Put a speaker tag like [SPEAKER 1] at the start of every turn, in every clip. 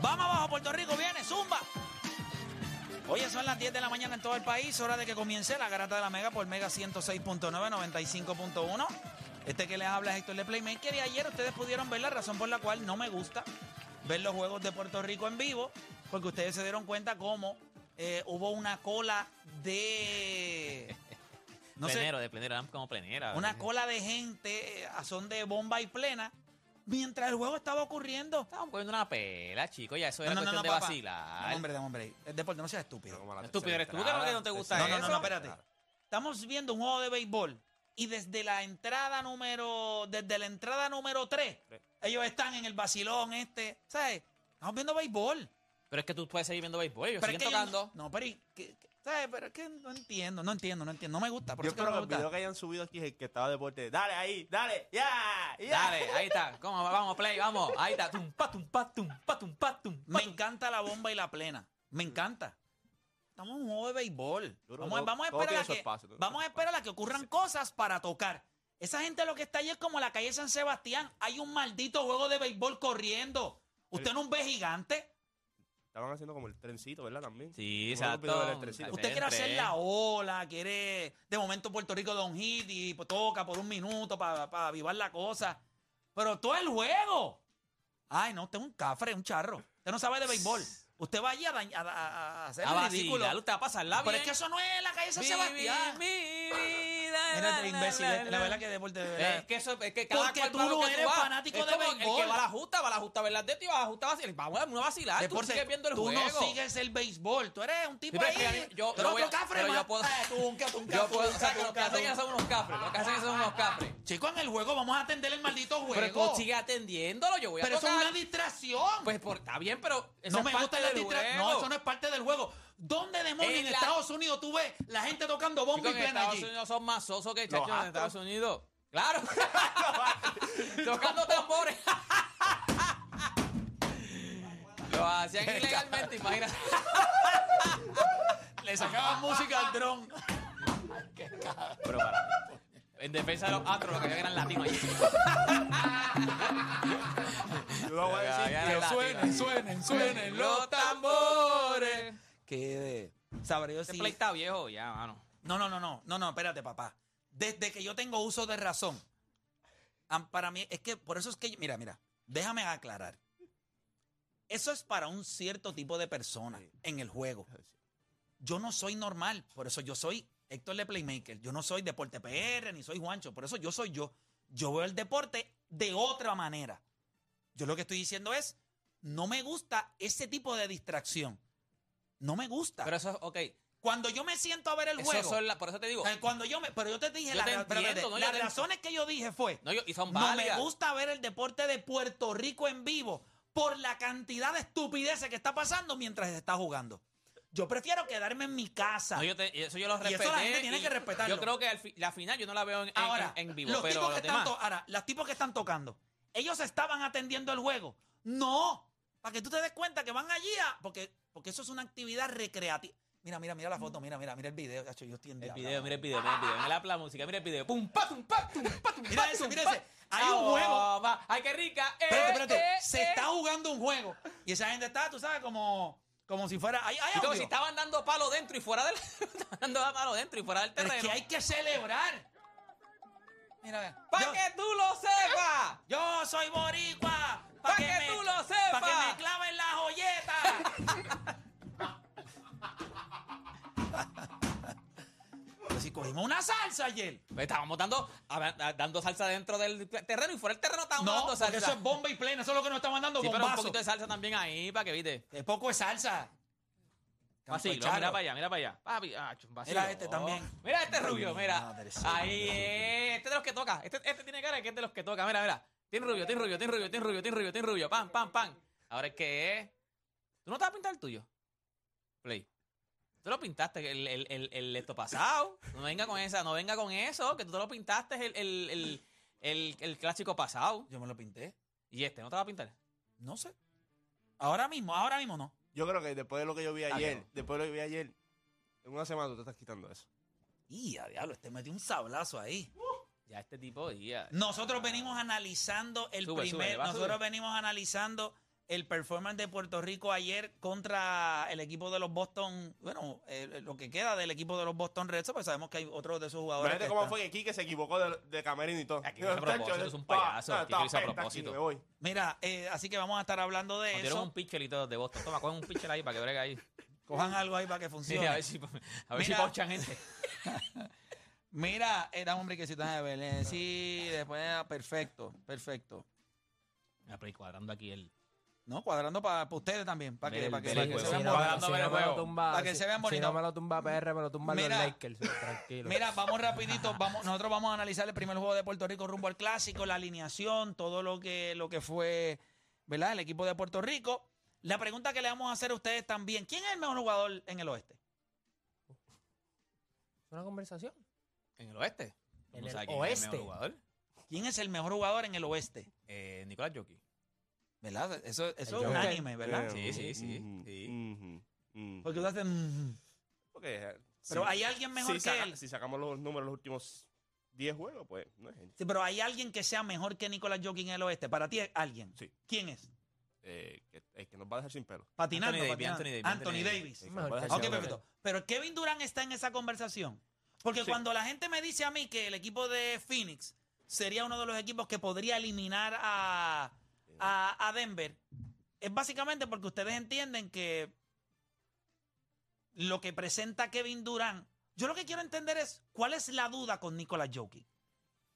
[SPEAKER 1] Vamos abajo, Puerto Rico, viene, zumba. Oye, son las 10 de la mañana en todo el país, hora de que comience la garata de la Mega por Mega 106.9, 95.1. Este que les habla es Héctor de Playmaker y ayer ustedes pudieron ver la razón por la cual no me gusta ver los juegos de Puerto Rico en vivo, porque ustedes se dieron cuenta cómo eh, hubo una cola de... No sé,
[SPEAKER 2] plenero, de plenero, eran como plenera.
[SPEAKER 1] una cola de gente eh, a son de bomba y plena, mientras el juego estaba ocurriendo.
[SPEAKER 2] Estaban comiendo una pela, chico, ya eso
[SPEAKER 1] No,
[SPEAKER 2] era
[SPEAKER 1] no, no,
[SPEAKER 2] cuestión
[SPEAKER 1] no,
[SPEAKER 2] de
[SPEAKER 1] papá.
[SPEAKER 2] vacilar.
[SPEAKER 1] No, hombre, no, hombre. El deporte no seas estúpido.
[SPEAKER 3] Como a la
[SPEAKER 2] Estúpido
[SPEAKER 3] tercera
[SPEAKER 2] eres tú, que
[SPEAKER 3] entrada,
[SPEAKER 2] porque no te gusta
[SPEAKER 3] tercera
[SPEAKER 1] No, no, no, no,
[SPEAKER 3] entrada.
[SPEAKER 1] espérate. Estamos viendo un juego de béisbol y desde la entrada número desde la entrada número 3,
[SPEAKER 3] Tres.
[SPEAKER 1] ellos están en el vacilón este, ¿sabes? Estamos viendo béisbol.
[SPEAKER 2] Pero es que tú puedes seguir viendo béisbol, ellos
[SPEAKER 1] Pero es
[SPEAKER 2] siguen
[SPEAKER 1] que ellos-
[SPEAKER 2] tocando.
[SPEAKER 1] no, pero y- que- que- ¿sabes? Pero es que no entiendo, no entiendo, no entiendo, no me gusta, por
[SPEAKER 3] Yo
[SPEAKER 1] eso es que no
[SPEAKER 3] creo que
[SPEAKER 1] me
[SPEAKER 3] el video
[SPEAKER 1] gusta.
[SPEAKER 3] que hayan subido aquí es el que estaba deporte. Dale ahí, dale, ya, ya.
[SPEAKER 2] Dale, ahí está, ¿Cómo? vamos, play, vamos, ahí está. Tumpa, tumpa, tumpa, tumpa, tumpa.
[SPEAKER 1] Me
[SPEAKER 3] Pues,
[SPEAKER 1] encanta la bomba y la plena. Me encanta. Estamos en un juego de béisbol.
[SPEAKER 3] Yo creo
[SPEAKER 1] Vamos, a-
[SPEAKER 3] que todo-
[SPEAKER 1] vamos a
[SPEAKER 3] todo
[SPEAKER 1] esperar
[SPEAKER 3] tiene
[SPEAKER 1] a
[SPEAKER 3] su
[SPEAKER 1] que,
[SPEAKER 3] espacio, todo
[SPEAKER 1] vamos a
[SPEAKER 3] tiene su
[SPEAKER 1] esperar a que ocurran cosas para tocar. Esa gente lo que está ahí es como la calle San Sebastián. Hay un maldito juego de béisbol corriendo. ¿Usted no ve gigante?
[SPEAKER 3] Estaban haciendo como el trencito, ¿verdad? También.
[SPEAKER 2] Sí,
[SPEAKER 3] Como los videos del
[SPEAKER 2] exacto.
[SPEAKER 3] trencito.
[SPEAKER 1] Usted quiere hacer la ola, quiere de momento Puerto Rico don hit y pues, toca por un minuto para avivar la cosa. Pero todo el juego. Ay, no, usted es un cafre, un charro. Usted no sabe de béisbol. Usted va allí a, dañ- a- a- a hacer
[SPEAKER 2] A
[SPEAKER 1] el ridículo.
[SPEAKER 2] vacilar, usted va a pasarla
[SPEAKER 1] Pero es
[SPEAKER 2] bien.
[SPEAKER 1] que eso no es la calle San
[SPEAKER 2] Viví
[SPEAKER 1] Sebastián.
[SPEAKER 2] mi vida,
[SPEAKER 1] Mira,
[SPEAKER 2] la,
[SPEAKER 1] este
[SPEAKER 2] la,
[SPEAKER 1] imbécil,
[SPEAKER 2] la,
[SPEAKER 1] la Eh,
[SPEAKER 2] la.
[SPEAKER 1] verdad que deporte de verdad.
[SPEAKER 2] Es que eso es que cada
[SPEAKER 1] Porque
[SPEAKER 2] cual
[SPEAKER 1] tú
[SPEAKER 2] va a lo
[SPEAKER 1] no
[SPEAKER 2] que tú
[SPEAKER 1] eres
[SPEAKER 2] vas.
[SPEAKER 1] fanático
[SPEAKER 2] Es
[SPEAKER 1] de
[SPEAKER 2] como El
[SPEAKER 1] béisbol.
[SPEAKER 2] que va a la justa, va a la justa a ver las de ti y vas a la justa a ver las- Vamos a no vacilar,
[SPEAKER 1] Deporte,
[SPEAKER 2] tú sigues viendo el
[SPEAKER 1] ah, tú
[SPEAKER 2] juego.
[SPEAKER 1] no sigues el béisbol, tú eres un tipo
[SPEAKER 2] Sí, pero
[SPEAKER 1] ahí.
[SPEAKER 2] es que a mí- yo-
[SPEAKER 1] tú
[SPEAKER 2] yo
[SPEAKER 1] eres
[SPEAKER 2] voy a-
[SPEAKER 1] otro cafre,
[SPEAKER 2] pero yo
[SPEAKER 1] más.
[SPEAKER 2] puedo-
[SPEAKER 1] Ah, tunca, tunca,
[SPEAKER 2] Yo puedo, o
[SPEAKER 1] tunca,
[SPEAKER 2] sea, que lo que
[SPEAKER 1] tunca,
[SPEAKER 2] hacen
[SPEAKER 1] tunca.
[SPEAKER 2] ellos son unos cafres, lo que hacen ellos son unos cafres.
[SPEAKER 1] Chico, en el juego vamos a atender el maldito juego.
[SPEAKER 2] Pero tú sigues atendiéndolo, yo voy a
[SPEAKER 1] Pero eso es
[SPEAKER 2] tocar.
[SPEAKER 1] una distracción.
[SPEAKER 2] Pues por- está bien, pero
[SPEAKER 1] no me gusta la distracción. No, eso no es parte del juego. ¿Dónde demonios
[SPEAKER 2] Es
[SPEAKER 1] en
[SPEAKER 2] la-
[SPEAKER 1] Estados Unidos tú ves la gente tocando bomba y
[SPEAKER 2] en
[SPEAKER 1] plena
[SPEAKER 2] Estados
[SPEAKER 1] allí?
[SPEAKER 2] Unidos son más sosos que chachos en
[SPEAKER 3] astros.
[SPEAKER 2] Estados Unidos. Claro. Tocando tambores. Lo hacían ilegalmente, imagínate.
[SPEAKER 1] Le sacaban música al dron.
[SPEAKER 2] Pero para. En defensa de los astros, lo que había eran latinos allí.
[SPEAKER 3] Yo no voy a decir
[SPEAKER 2] Ya, ya,
[SPEAKER 3] que
[SPEAKER 2] ya,
[SPEAKER 3] suene,
[SPEAKER 2] ya.
[SPEAKER 3] suene.
[SPEAKER 1] Suenen
[SPEAKER 2] los tambores.
[SPEAKER 1] Que sabré yo
[SPEAKER 2] Ese
[SPEAKER 1] si-
[SPEAKER 2] play está viejo ya, mano.
[SPEAKER 1] No, no, no, no, no, no, espérate, papá. Desde que yo tengo uso de razón, am- para mí, es que por eso es que, yo- mira, mira, déjame aclarar. Eso es para un cierto tipo de persona en el juego. Yo no soy normal, por eso yo soy Héctor Le Playmaker. Yo no soy Deporte PR ni soy Juancho, por eso yo soy yo. Yo veo el deporte de otra manera. Yo lo que estoy diciendo es, no me gusta ese tipo de distracción. No me gusta.
[SPEAKER 2] Pero eso, ok.
[SPEAKER 1] Cuando yo me siento a ver el
[SPEAKER 2] Eso
[SPEAKER 1] juego.
[SPEAKER 2] son la- por eso te digo.
[SPEAKER 1] O sea, Cuando yo me, pero yo te dije,
[SPEAKER 2] Yo
[SPEAKER 1] la-
[SPEAKER 2] te
[SPEAKER 1] la-
[SPEAKER 2] entiendo,
[SPEAKER 1] espérate,
[SPEAKER 2] no, yo
[SPEAKER 1] las
[SPEAKER 2] te-
[SPEAKER 1] razones que yo dije fue,
[SPEAKER 2] No, yo- y son
[SPEAKER 1] no me
[SPEAKER 2] válidas.
[SPEAKER 1] gusta ver el deporte de Puerto Rico en vivo por la cantidad de estupideces que está pasando mientras se está jugando. Yo prefiero quedarme en mi casa.
[SPEAKER 2] No, yo te- eso yo lo
[SPEAKER 1] Y eso la
[SPEAKER 2] respeté.
[SPEAKER 1] gente tiene
[SPEAKER 2] y
[SPEAKER 1] que respetarlo.
[SPEAKER 2] Yo creo que al fi- la final yo no la veo en, en-
[SPEAKER 1] ahora,
[SPEAKER 2] en, en vivo,
[SPEAKER 1] los
[SPEAKER 2] pero
[SPEAKER 1] tipos que
[SPEAKER 2] los
[SPEAKER 1] están
[SPEAKER 2] demás.
[SPEAKER 1] to- ahora, los tipos que están tocando, ellos estaban atendiendo el juego. No, para que tú te des cuenta que van allí a- porque porque eso es una actividad recreativa. Mira, mira, mira la foto, mira, mira, mira el video. Chacho, yo estoy
[SPEAKER 2] El
[SPEAKER 1] endiablado.
[SPEAKER 2] video, mira el video, mira el video. Mira la, la música, mira el video. Pum, pa, tum, pa, tum, pa, tum,
[SPEAKER 1] Mira
[SPEAKER 2] pa,
[SPEAKER 1] ese,
[SPEAKER 2] tum,
[SPEAKER 1] mira
[SPEAKER 2] pa.
[SPEAKER 1] ese. Hay un
[SPEAKER 2] Ah,
[SPEAKER 1] juego.
[SPEAKER 2] va. Ay, qué rica. Eh,
[SPEAKER 1] Espérate, espérate.
[SPEAKER 2] eh,
[SPEAKER 1] se
[SPEAKER 2] eh.
[SPEAKER 1] está jugando un juego. Y esa gente está, tú sabes, como, como si fuera. Hay, hay
[SPEAKER 2] Y como
[SPEAKER 1] audio.
[SPEAKER 2] si estaban dando palo dentro y fuera del. estaban dando palo dentro y fuera del
[SPEAKER 1] Pero
[SPEAKER 2] terreno.
[SPEAKER 1] es que hay que celebrar. Mira, vea.
[SPEAKER 2] ¡Para
[SPEAKER 1] Yo,
[SPEAKER 2] que tú lo sepas!
[SPEAKER 1] yo soy boricua.
[SPEAKER 2] Pa'
[SPEAKER 1] Para
[SPEAKER 2] que tú lo sepas.
[SPEAKER 1] Para que me claven la joyeta. Pero si cogimos una salsa ayer.
[SPEAKER 2] Pues Estábamos dando, a ver, a- dando salsa dentro del terreno y fuera del terreno estábamos
[SPEAKER 1] No,
[SPEAKER 2] dando
[SPEAKER 1] porque
[SPEAKER 2] salsa.
[SPEAKER 1] eso es bomba y plena. Eso es lo que nos estamos dando
[SPEAKER 2] sí, pero un
[SPEAKER 1] bombazo.
[SPEAKER 2] poquito de salsa también ahí, para que viste.
[SPEAKER 1] De poco es salsa.
[SPEAKER 2] Vacilo,
[SPEAKER 1] Campechano.
[SPEAKER 2] Ah, mira para allá, mira para allá. Papi, ah, chum, vacilo.
[SPEAKER 1] Mira este también.
[SPEAKER 2] Mira este
[SPEAKER 1] Uy,
[SPEAKER 2] rubio, mira.
[SPEAKER 1] madre santa,
[SPEAKER 2] Ahí,
[SPEAKER 1] Jesús.
[SPEAKER 2] eh, este de los que toca. Este, este tiene cara de que es de los que toca. Mira, mira. Team rubio, team rubio, team rubio, team rubio, team rubio, team rubio. Pam, pam, pam. Ahora es que es. ¿Tú no te vas a pintar el tuyo? Play. Tú lo pintaste el, el, el, el esto pasado. No venga con esa, no venga con eso, que tú te lo pintaste el, el, el, el, el clásico pasado.
[SPEAKER 1] Yo me lo pinté.
[SPEAKER 2] Y este no te va a pintar.
[SPEAKER 1] No sé. Ahora mismo, ahora mismo no.
[SPEAKER 3] Yo creo que después de lo que yo vi
[SPEAKER 2] Ah,
[SPEAKER 3] ayer,
[SPEAKER 2] no.
[SPEAKER 3] después de lo que vi ayer, en una semana tú te estás quitando eso.
[SPEAKER 1] Y a diablo, este metió un sablazo ahí.
[SPEAKER 2] Ya este tipo ya.
[SPEAKER 1] Nosotros venimos analizando el
[SPEAKER 2] Sube,
[SPEAKER 1] primer.
[SPEAKER 2] sube, va,
[SPEAKER 1] nosotros
[SPEAKER 2] sube.
[SPEAKER 1] venimos analizando el performance de Puerto Rico ayer contra el equipo de los Boston. Bueno, eh, lo que queda del equipo de los Boston Red Sox, pues sabemos que hay otros de esos jugadores.
[SPEAKER 3] Imagínate
[SPEAKER 1] que
[SPEAKER 3] cómo
[SPEAKER 1] están-
[SPEAKER 3] fue que Quique se equivocó de, de camerino y todo.
[SPEAKER 2] Aquí lo hizo a propósito,
[SPEAKER 3] Tacho,
[SPEAKER 2] es un
[SPEAKER 3] pa,
[SPEAKER 2] payaso,
[SPEAKER 3] no,
[SPEAKER 2] aquí lo hizo a
[SPEAKER 3] está, está
[SPEAKER 2] propósito.
[SPEAKER 3] aquí, me voy.
[SPEAKER 1] Mira, eh, así que vamos a estar hablando de
[SPEAKER 2] Nos dieron un
[SPEAKER 1] eso.
[SPEAKER 2] pitcher y todo de Boston. Toma, cogen un pitcher ahí para que brega ahí.
[SPEAKER 1] Cojan algo ahí para que
[SPEAKER 2] Sí,
[SPEAKER 1] funcione.
[SPEAKER 2] a ver si, a ver si este.
[SPEAKER 1] Mira.
[SPEAKER 2] pauchan gente.
[SPEAKER 1] Mira, era hombre que si de Belén. Sí, después era perfecto, perfecto.
[SPEAKER 2] Mira, Play cuadrando aquí el.
[SPEAKER 1] No, cuadrando para ustedes también, para
[SPEAKER 2] Mira
[SPEAKER 1] que,
[SPEAKER 2] el
[SPEAKER 1] pa' que-
[SPEAKER 2] Sí,
[SPEAKER 1] pa'
[SPEAKER 2] del
[SPEAKER 1] que
[SPEAKER 2] huevo.
[SPEAKER 1] se vean
[SPEAKER 2] Sí, no,
[SPEAKER 1] bonitos.
[SPEAKER 2] Dándome el huevo.
[SPEAKER 4] tumba,
[SPEAKER 1] Para que
[SPEAKER 4] si-
[SPEAKER 1] se vean
[SPEAKER 4] Si
[SPEAKER 1] bonitos.
[SPEAKER 4] no me lo tumba PR, me lo tumban
[SPEAKER 1] Mira.
[SPEAKER 4] los Lakers. Tranquilo.
[SPEAKER 1] Mira, vamos rapidito, vamos, nosotros vamos a analizar el primer juego de Puerto Rico rumbo al clásico, la alineación, todo lo que, lo que fue, ¿verdad? El equipo de Puerto Rico. La pregunta que le vamos a hacer a ustedes también, ¿quién es el mejor jugador en el oeste?
[SPEAKER 4] Una conversación.
[SPEAKER 2] En el oeste.
[SPEAKER 4] En
[SPEAKER 2] No
[SPEAKER 4] el
[SPEAKER 2] sabe quién es
[SPEAKER 4] oeste.
[SPEAKER 2] mejor jugador.
[SPEAKER 1] ¿Quién es el mejor jugador en el oeste?
[SPEAKER 2] Eh, Nicolás Jockey.
[SPEAKER 1] ¿Verdad? Eso, eso es
[SPEAKER 4] Joker.
[SPEAKER 1] unánime, ¿verdad?
[SPEAKER 2] Sí,
[SPEAKER 3] Eh,
[SPEAKER 2] sí, sí, sí.
[SPEAKER 3] ujú, ujú.
[SPEAKER 1] Porque tú haces, mm.
[SPEAKER 3] mm, Porque, eh,
[SPEAKER 1] Pero
[SPEAKER 3] sí.
[SPEAKER 1] hay alguien mejor
[SPEAKER 3] si,
[SPEAKER 1] que
[SPEAKER 3] saca-
[SPEAKER 1] él.
[SPEAKER 3] si sacamos los números de los últimos 10 juegos, pues no es gente.
[SPEAKER 1] Sí, pero hay alguien que sea mejor que Nicolás Jokic en el oeste. Para ti, alguien.
[SPEAKER 3] Sí.
[SPEAKER 1] ¿Quién es?
[SPEAKER 3] Eh, que, el que nos va a dejar sin pelo.
[SPEAKER 1] Patinando.
[SPEAKER 2] Anthony Davis,
[SPEAKER 1] patinando.
[SPEAKER 2] Anthony
[SPEAKER 1] Anthony
[SPEAKER 2] Davis, Anthony
[SPEAKER 1] Davis.
[SPEAKER 3] El que nos
[SPEAKER 4] Mejor
[SPEAKER 3] va a dejar
[SPEAKER 4] que sí,
[SPEAKER 1] Ok,
[SPEAKER 3] sin
[SPEAKER 4] Davis.
[SPEAKER 1] perfecto. Pero Kevin Durant está en esa conversación. Porque
[SPEAKER 3] Sí.
[SPEAKER 1] cuando la gente me dice a mí que el equipo de Phoenix sería uno de los equipos que podría eliminar a, a, a Denver, es básicamente porque ustedes entienden que lo que presenta Kevin Durant. Yo lo que quiero entender es cuál es la duda con Nicolas Jokic.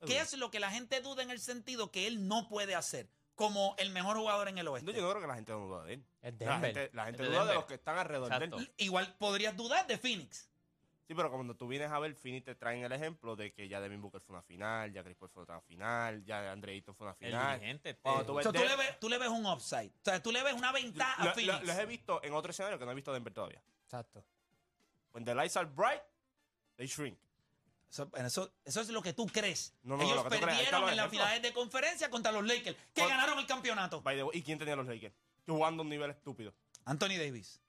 [SPEAKER 1] ¿Qué es lo que la gente duda en el sentido que él no puede hacer como el mejor jugador en el
[SPEAKER 3] No,
[SPEAKER 1] oeste?
[SPEAKER 3] yo no creo que la gente no duda de él.
[SPEAKER 4] Es
[SPEAKER 3] La
[SPEAKER 4] Denver.
[SPEAKER 3] gente, la gente
[SPEAKER 2] de
[SPEAKER 3] duda de
[SPEAKER 2] Denver.
[SPEAKER 3] los que están alrededor
[SPEAKER 2] Exacto.
[SPEAKER 3] de él.
[SPEAKER 1] Igual podrías dudar de Phoenix.
[SPEAKER 3] Sí, pero cuando tú vienes a ver, Phoenix te traen el ejemplo de que ya Devin Booker fue una final, ya Chris Paul fue otra final, ya Andreito fue una
[SPEAKER 2] El
[SPEAKER 3] final.
[SPEAKER 2] dirigente. este-
[SPEAKER 3] Cuando tú
[SPEAKER 1] O
[SPEAKER 3] ves
[SPEAKER 1] sea, tú,
[SPEAKER 3] Denver-
[SPEAKER 1] le ves, tú le ves un upside. O sea, tú le ves una ventaja
[SPEAKER 3] Lo-
[SPEAKER 1] a
[SPEAKER 3] lo-
[SPEAKER 1] Phoenix.
[SPEAKER 3] los he visto en otro escenario que no he visto a Denver todavía.
[SPEAKER 4] Exacto.
[SPEAKER 3] When the lights are bright, they shrink.
[SPEAKER 1] eso, bueno, eso- eso es lo que tú crees.
[SPEAKER 3] No, no,
[SPEAKER 1] Ellos
[SPEAKER 3] lo que tú crees, ahí
[SPEAKER 1] perdieron
[SPEAKER 3] están los
[SPEAKER 1] en las
[SPEAKER 3] ejemplos.
[SPEAKER 1] finales de conferencia contra los Lakers, que
[SPEAKER 3] Con-
[SPEAKER 1] ganaron el campeonato.
[SPEAKER 3] By the way, ¿Y quién tenía los Lakers? Jugando a un nivel estúpido.
[SPEAKER 1] Anthony Davis.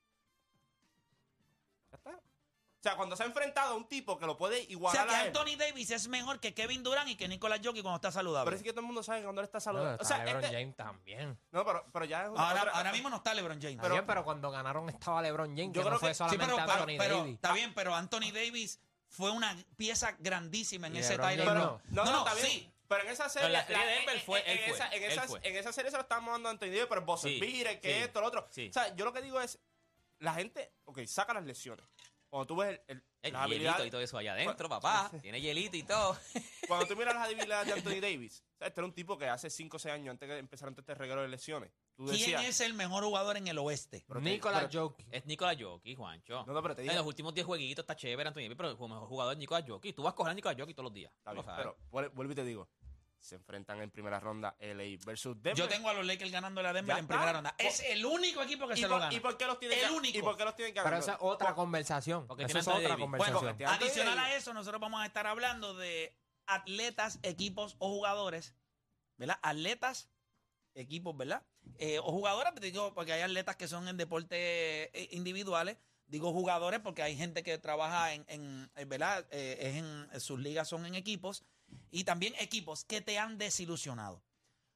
[SPEAKER 3] Ya está. O sea, cuando se ha enfrentado a un tipo que lo puede
[SPEAKER 1] O sea,
[SPEAKER 3] igualar
[SPEAKER 1] que
[SPEAKER 3] a él.
[SPEAKER 1] Anthony Davis es mejor que Kevin Durant y que Nicolas Jokic cuando está
[SPEAKER 3] Pero
[SPEAKER 1] saludable.
[SPEAKER 3] es que todo el mundo sabe que cuando él está
[SPEAKER 4] No,
[SPEAKER 3] saludable.
[SPEAKER 4] está
[SPEAKER 3] o sea,
[SPEAKER 4] LeBron
[SPEAKER 3] este-
[SPEAKER 4] James también.
[SPEAKER 3] no, pero, pero ya es una-
[SPEAKER 1] ahora,
[SPEAKER 3] otra-
[SPEAKER 1] ahora mismo no está LeBron James.
[SPEAKER 4] Pero, bien, pero cuando ganaron estaba LeBron James,
[SPEAKER 3] Yo
[SPEAKER 4] que
[SPEAKER 3] creo
[SPEAKER 4] no fue
[SPEAKER 3] que- sí,
[SPEAKER 1] Sí,
[SPEAKER 4] solamente
[SPEAKER 1] pero, pero-
[SPEAKER 4] Anthony
[SPEAKER 1] pero-
[SPEAKER 4] Davis.
[SPEAKER 1] está bien, pero Anthony Davis fue una pieza grandísima en
[SPEAKER 4] Y
[SPEAKER 1] ese
[SPEAKER 4] LeBron
[SPEAKER 1] Tyler.
[SPEAKER 4] James
[SPEAKER 3] Pero, no, no, está bien.
[SPEAKER 1] sí.
[SPEAKER 3] Pero en esa serie.
[SPEAKER 2] la serie de Denver
[SPEAKER 3] en-
[SPEAKER 2] fue-
[SPEAKER 3] en-
[SPEAKER 2] él
[SPEAKER 3] en
[SPEAKER 2] fue,
[SPEAKER 3] esa- en
[SPEAKER 2] él
[SPEAKER 3] esa-
[SPEAKER 2] fue.
[SPEAKER 3] En esa serie se lo estamos dando a Anthony Davis, pero Boston
[SPEAKER 2] Sí,
[SPEAKER 3] Pire, que
[SPEAKER 2] sí,
[SPEAKER 3] esto, lo otro.
[SPEAKER 2] sí.
[SPEAKER 3] O sea, yo lo que digo es: la gente, ok, saca las lesiones. Cuando tú ves
[SPEAKER 2] El
[SPEAKER 3] el, el- las
[SPEAKER 2] hielito y
[SPEAKER 3] habilidades.
[SPEAKER 2] todo eso allá adentro, papá. Tiene hielito y todo.
[SPEAKER 3] Cuando tú miras las habilidades de Anthony Davis, o sea, este era un tipo que hace 5 o 6 años, antes de empezar todo este regalo de lesiones, tú
[SPEAKER 1] ¿Quién
[SPEAKER 3] decías.
[SPEAKER 1] es el mejor jugador en el oeste?
[SPEAKER 3] pero te-
[SPEAKER 4] Nicolas
[SPEAKER 3] pero-
[SPEAKER 4] Jokic.
[SPEAKER 2] Es Nicolás Jockey, Juancho.
[SPEAKER 3] No, no, pero te
[SPEAKER 2] en
[SPEAKER 3] dije.
[SPEAKER 2] los últimos 10 jueguitos está chévere Anthony Davis, pero el mejor jugador es Nicolás Jockey. Tú vas a coger a Nicolás Jockey todos los días.
[SPEAKER 3] Está
[SPEAKER 2] tú lo
[SPEAKER 3] bien,
[SPEAKER 2] sabes.
[SPEAKER 3] pero vuel- vuelvo y te digo: se enfrentan en primera ronda LA versus Denver.
[SPEAKER 1] Yo tengo a los Lakers ganando la Denver
[SPEAKER 3] Ya
[SPEAKER 1] en primera
[SPEAKER 3] está. Oh.
[SPEAKER 1] ronda. Es el único equipo que
[SPEAKER 3] ¿Y
[SPEAKER 1] se lo
[SPEAKER 3] por,
[SPEAKER 1] gana.
[SPEAKER 3] ¿Y por qué los tienen
[SPEAKER 1] El
[SPEAKER 3] que-
[SPEAKER 1] único.
[SPEAKER 3] ¿Y por qué los tienen que
[SPEAKER 4] Pero
[SPEAKER 3] ganar?
[SPEAKER 4] esa es otra conversación.
[SPEAKER 2] Porque
[SPEAKER 4] Esa
[SPEAKER 2] tiene
[SPEAKER 4] es
[SPEAKER 2] Anthony
[SPEAKER 4] otra
[SPEAKER 2] Davis.
[SPEAKER 4] conversación.
[SPEAKER 3] Bueno, Anthony
[SPEAKER 1] Adicional
[SPEAKER 3] Davis.
[SPEAKER 1] a eso, nosotros vamos a estar hablando de atletas, equipos o jugadores, ¿verdad? Atletas, equipos, ¿verdad? Eh, o jugadoras, pues, digo, porque hay atletas que son en deportes eh, individuales. Digo jugadores porque hay gente que trabaja en, en eh, ¿verdad? Eh, es en, sus ligas son en equipos. Y también equipos que te han desilusionado.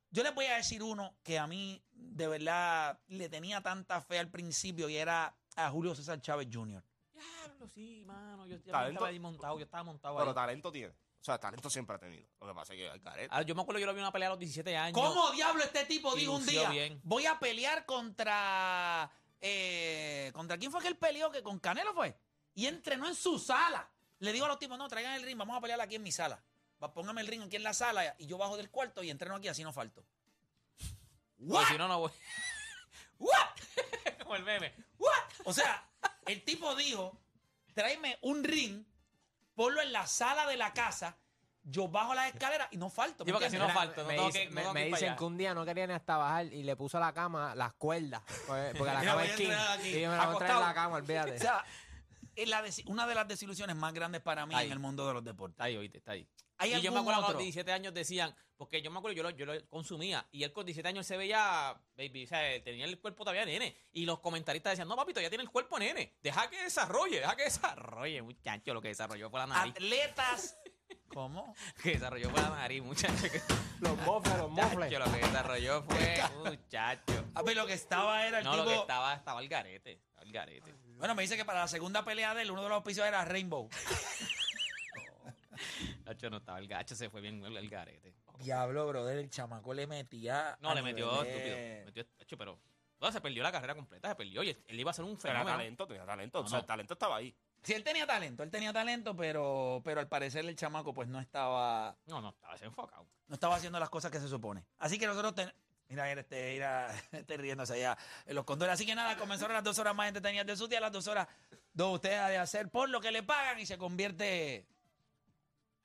[SPEAKER 1] Yo les voy a decir uno que a mí de verdad le tenía tanta fe al principio y era a Julio César Chávez Jr.
[SPEAKER 2] Diablo, sí, mano. Yo, yo
[SPEAKER 3] Talento-
[SPEAKER 2] estaba ahí montado, yo estaba montado
[SPEAKER 3] Pero
[SPEAKER 2] ahí.
[SPEAKER 3] talento tiene. O sea, talento siempre ha tenido. Lo que pasa es que el Gareth-
[SPEAKER 2] Ah, yo me acuerdo, yo lo vi en una pelea a los 17 años.
[SPEAKER 1] ¿Cómo diablo este tipo
[SPEAKER 2] Y
[SPEAKER 1] dijo un
[SPEAKER 2] lució
[SPEAKER 1] día?
[SPEAKER 2] bien.
[SPEAKER 1] Voy a pelear contra. eh, ¿Contra quién fue que él peleó? Que con Canelo fue. Y entrenó en su sala. Le digo a los tipos, no, traigan el ring, vamos a pelear aquí en mi sala. Va, Póngame el ring aquí en la sala y yo bajo del cuarto y entreno aquí, así no falto.
[SPEAKER 2] Porque
[SPEAKER 1] ¿What?
[SPEAKER 2] si no, no voy.
[SPEAKER 1] ¿What?
[SPEAKER 2] Como el meme.
[SPEAKER 1] ¿What? O sea, el tipo dijo, tráeme un ring, ponlo en la sala de la casa, yo bajo las escaleras y no falto. ¿me
[SPEAKER 2] Sí, porque si
[SPEAKER 1] entiendes?
[SPEAKER 2] no falto, no
[SPEAKER 4] me,
[SPEAKER 2] tengo
[SPEAKER 4] dice-
[SPEAKER 2] que- no
[SPEAKER 4] me-
[SPEAKER 2] tengo
[SPEAKER 4] me
[SPEAKER 2] que ir para
[SPEAKER 4] dicen
[SPEAKER 2] allá.
[SPEAKER 4] que un día no quería ni hasta bajar y le puso a la cama las cuerdas. Porque, porque la
[SPEAKER 1] Mira,
[SPEAKER 4] cama
[SPEAKER 1] voy a
[SPEAKER 4] es king.
[SPEAKER 1] entrar aquí,
[SPEAKER 4] Y yo me la voy a traer en
[SPEAKER 1] acostado.
[SPEAKER 4] la cama,
[SPEAKER 1] O
[SPEAKER 4] olvídate.
[SPEAKER 1] sea, es la desi- una de las desilusiones más grandes para mí
[SPEAKER 2] Ahí.
[SPEAKER 1] en el mundo de los deportes.
[SPEAKER 2] Está ahí, oíste, está ahí.
[SPEAKER 1] ¿Hay
[SPEAKER 2] Y yo me
[SPEAKER 1] algún
[SPEAKER 2] acuerdo
[SPEAKER 1] otro?
[SPEAKER 2] cuando 17 años decían, porque yo me acuerdo, yo lo, yo lo consumía, y él con 17 años se veía, baby, o sea, tenía el cuerpo todavía de nene. Y los comentaristas decían, no, papito, ya tiene el cuerpo de nene, deja que desarrolle, deja que desarrolle, muchacho, lo que desarrolló fue la nariz.
[SPEAKER 1] Atletas. ¿Cómo?
[SPEAKER 2] que desarrolló fue la nariz, muchacho. Que,
[SPEAKER 4] los mofles, los
[SPEAKER 2] muchacho,
[SPEAKER 4] mofles.
[SPEAKER 2] lo que desarrolló fue, muchacho.
[SPEAKER 1] A ver, Ah, lo que estaba era el
[SPEAKER 2] No,
[SPEAKER 1] tipo.
[SPEAKER 2] lo que estaba, estaba el garete, estaba el garete.
[SPEAKER 1] Bueno, me dice que para la segunda pelea de él, uno de los pisos era Rainbow.
[SPEAKER 2] Nacho no estaba el gacho, se fue bien el, el garete.
[SPEAKER 1] Diablo, brother, el chamaco le metía.
[SPEAKER 2] No,
[SPEAKER 1] a
[SPEAKER 2] le metió
[SPEAKER 1] niveles-
[SPEAKER 2] estúpido. Metió, hecho, pero. no, se perdió la carrera completa, se perdió. Y él, él iba a ser un
[SPEAKER 3] Tenía
[SPEAKER 2] fenómeno.
[SPEAKER 3] talento, tenía talento.
[SPEAKER 2] No,
[SPEAKER 3] O sea,
[SPEAKER 2] no.
[SPEAKER 3] el talento estaba ahí.
[SPEAKER 1] Sí, él tenía talento, él tenía talento, pero, pero al parecer el chamaco pues no estaba,
[SPEAKER 2] No, no, estaba desenfocado.
[SPEAKER 1] no estaba haciendo las cosas que se supone. Así que nosotros ten- Mira, él este, mira, este riéndose allá en los condores. Así que nada, comenzaron las dos horas más entretenidas de su día, las dos horas dos usted ha de hacer por lo que le pagan y se convierte.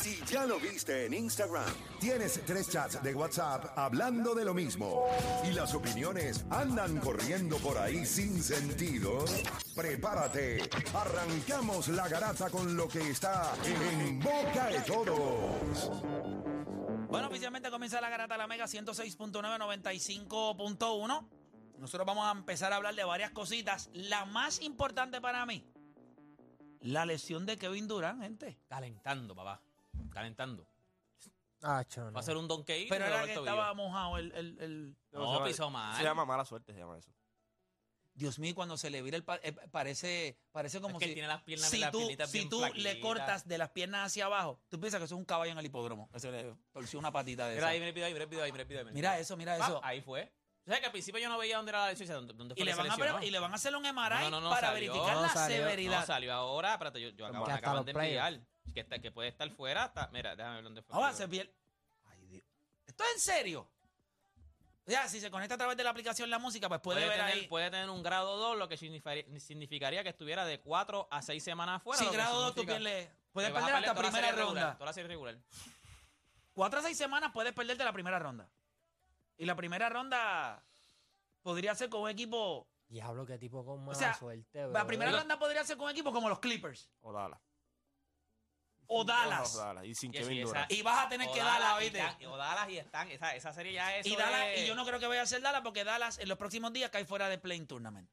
[SPEAKER 5] Si ya lo viste en Instagram, tienes tres chats de WhatsApp hablando de lo mismo y las opiniones andan corriendo por ahí sin sentido, prepárate. Arrancamos la garata con lo que está en boca de todos.
[SPEAKER 1] Bueno, oficialmente comienza la garata de la Mega 106.995.1. Nosotros vamos a empezar a hablar de varias cositas. La más importante para mí, la lesión de Kevin Durant, gente.
[SPEAKER 2] Calentando, papá. Calentando.
[SPEAKER 4] Ah, chon,
[SPEAKER 2] Va a ser un donkey.
[SPEAKER 1] Pero era que estaba mojado el, el- el-
[SPEAKER 2] No,
[SPEAKER 3] se llama-
[SPEAKER 2] pisó mal.
[SPEAKER 3] Se llama mala suerte, se llama eso.
[SPEAKER 1] Dios mío, cuando se le vira el... pa- eh, parece, parece como
[SPEAKER 2] Es que
[SPEAKER 1] si...
[SPEAKER 2] él tiene las piernas,
[SPEAKER 1] si
[SPEAKER 2] las
[SPEAKER 1] tú,
[SPEAKER 2] piernitas
[SPEAKER 1] si
[SPEAKER 2] bien
[SPEAKER 1] tú le
[SPEAKER 2] flaquitas.
[SPEAKER 1] cortas de las piernas hacia abajo, tú piensas que eso es un caballo en el hipódromo. Que se le torció una patita de
[SPEAKER 2] Mira ahí,
[SPEAKER 1] esa.
[SPEAKER 2] mira el video ahí, mira el video ahí, mira el video ahí.
[SPEAKER 1] Mira eso, mira
[SPEAKER 2] Pa,
[SPEAKER 1] eso.
[SPEAKER 2] Ahí fue. O sea que al principio yo no veía dónde era la lesión. o sea, ¿Dónde, dónde fue
[SPEAKER 1] Y le,
[SPEAKER 2] que se
[SPEAKER 1] van a,
[SPEAKER 2] lesionó.
[SPEAKER 1] pre- y le van a hacer un MRI
[SPEAKER 2] No, no, no,
[SPEAKER 1] para
[SPEAKER 2] salió,
[SPEAKER 1] verificar
[SPEAKER 4] no
[SPEAKER 1] la
[SPEAKER 4] salió, no
[SPEAKER 1] severidad.
[SPEAKER 2] No, salió ahora. Espérate, yo, yo acabo,
[SPEAKER 4] Ya
[SPEAKER 2] me
[SPEAKER 4] hasta
[SPEAKER 2] acaban
[SPEAKER 4] los
[SPEAKER 2] de
[SPEAKER 4] players.
[SPEAKER 2] enviar. Que, está- que puede estar fuera. está- mira, déjame ver dónde fue.
[SPEAKER 1] Ahora se pierde. Ay, Dios. ¿Esto es en serio? O sea, si se conecta a través de la aplicación la música, pues puede,
[SPEAKER 2] puede,
[SPEAKER 1] ver
[SPEAKER 2] tener,
[SPEAKER 1] ahí.
[SPEAKER 2] puede tener un grado 2, lo que significaría, significaría que estuviera de 4 a 6 semanas fuera.
[SPEAKER 1] si
[SPEAKER 2] lo que
[SPEAKER 1] grado 2 tú
[SPEAKER 2] significa
[SPEAKER 1] pierdes.
[SPEAKER 2] que
[SPEAKER 1] Puedes
[SPEAKER 2] vas a
[SPEAKER 1] perder hasta
[SPEAKER 2] toda
[SPEAKER 1] primera
[SPEAKER 2] serie regular,
[SPEAKER 1] ronda.
[SPEAKER 2] Toda la serie regular.
[SPEAKER 1] Cuatro a seis semanas puedes perderte la primera ronda. Y la primera ronda podría ser con un equipo.
[SPEAKER 4] Diablo, qué tipo con mala
[SPEAKER 1] sea,
[SPEAKER 4] suerte, bro.
[SPEAKER 1] La primera
[SPEAKER 2] Los-
[SPEAKER 1] ronda podría ser con un equipo como los Clippers
[SPEAKER 3] O Dallas.
[SPEAKER 1] o
[SPEAKER 3] O
[SPEAKER 1] Dallas.
[SPEAKER 3] Dallas. Y sin
[SPEAKER 2] Y
[SPEAKER 3] Kevin
[SPEAKER 2] así, esa-
[SPEAKER 3] Durant.
[SPEAKER 1] Y vas a tener
[SPEAKER 2] O
[SPEAKER 1] que
[SPEAKER 2] Dallas
[SPEAKER 1] darla,
[SPEAKER 2] y
[SPEAKER 1] ¿viste?
[SPEAKER 2] están- O Dallas y están. Esa, esa serie ya es.
[SPEAKER 1] Y,
[SPEAKER 2] eso
[SPEAKER 1] Dallas,
[SPEAKER 2] es-
[SPEAKER 1] y yo no creo que vaya a ser Dallas porque Dallas en los próximos días cae fuera de Playing Tournament.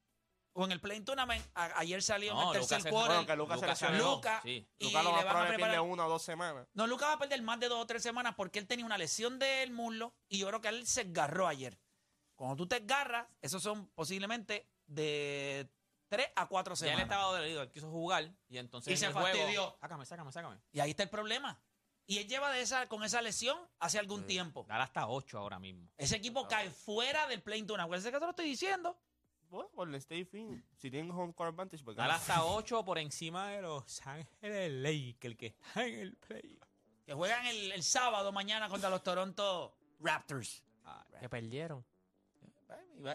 [SPEAKER 1] O en el Playing Tournament, a- ayer salió en
[SPEAKER 2] No,
[SPEAKER 1] el
[SPEAKER 2] Lucas
[SPEAKER 1] tercer
[SPEAKER 2] se-
[SPEAKER 1] quarter.
[SPEAKER 3] bueno, que Lucas se lesionó.
[SPEAKER 1] Lucas
[SPEAKER 2] Sí.
[SPEAKER 1] y
[SPEAKER 3] Lucas lo
[SPEAKER 1] le van
[SPEAKER 3] más
[SPEAKER 1] a
[SPEAKER 3] probable pierde
[SPEAKER 1] preparar.
[SPEAKER 3] una o dos semanas.
[SPEAKER 1] No, Lucas va a perder más de dos o tres semanas porque él tenía una lesión del muslo y yo creo que él se agarró ayer. Cuando tú te agarras, esos son posiblemente de tres a cuatro
[SPEAKER 2] Ya él
[SPEAKER 1] semanas.
[SPEAKER 2] estaba dolorido, él quiso jugar y entonces.
[SPEAKER 1] Y
[SPEAKER 2] en
[SPEAKER 1] se
[SPEAKER 2] el juego,
[SPEAKER 1] fastidió.
[SPEAKER 2] Sácame, sácame, sácame.
[SPEAKER 1] Y ahí está el problema. Y él lleva de esa, con esa lesión hace algún
[SPEAKER 2] Mm.
[SPEAKER 1] tiempo.
[SPEAKER 2] Dallas está 8 ahora mismo.
[SPEAKER 1] Ese equipo cae fuera del play tournament. Acuérdense que te lo estoy diciendo.
[SPEAKER 3] Bueno, Golden State Fin. Si tienen home court advantage, pues
[SPEAKER 2] Dallas
[SPEAKER 3] ganan.
[SPEAKER 2] está 8 por encima de Los Ángeles Lakers, el que está en el play.
[SPEAKER 1] Que juegan el, el sábado mañana contra los Toronto Raptors.
[SPEAKER 2] Ah,
[SPEAKER 4] Que perdieron.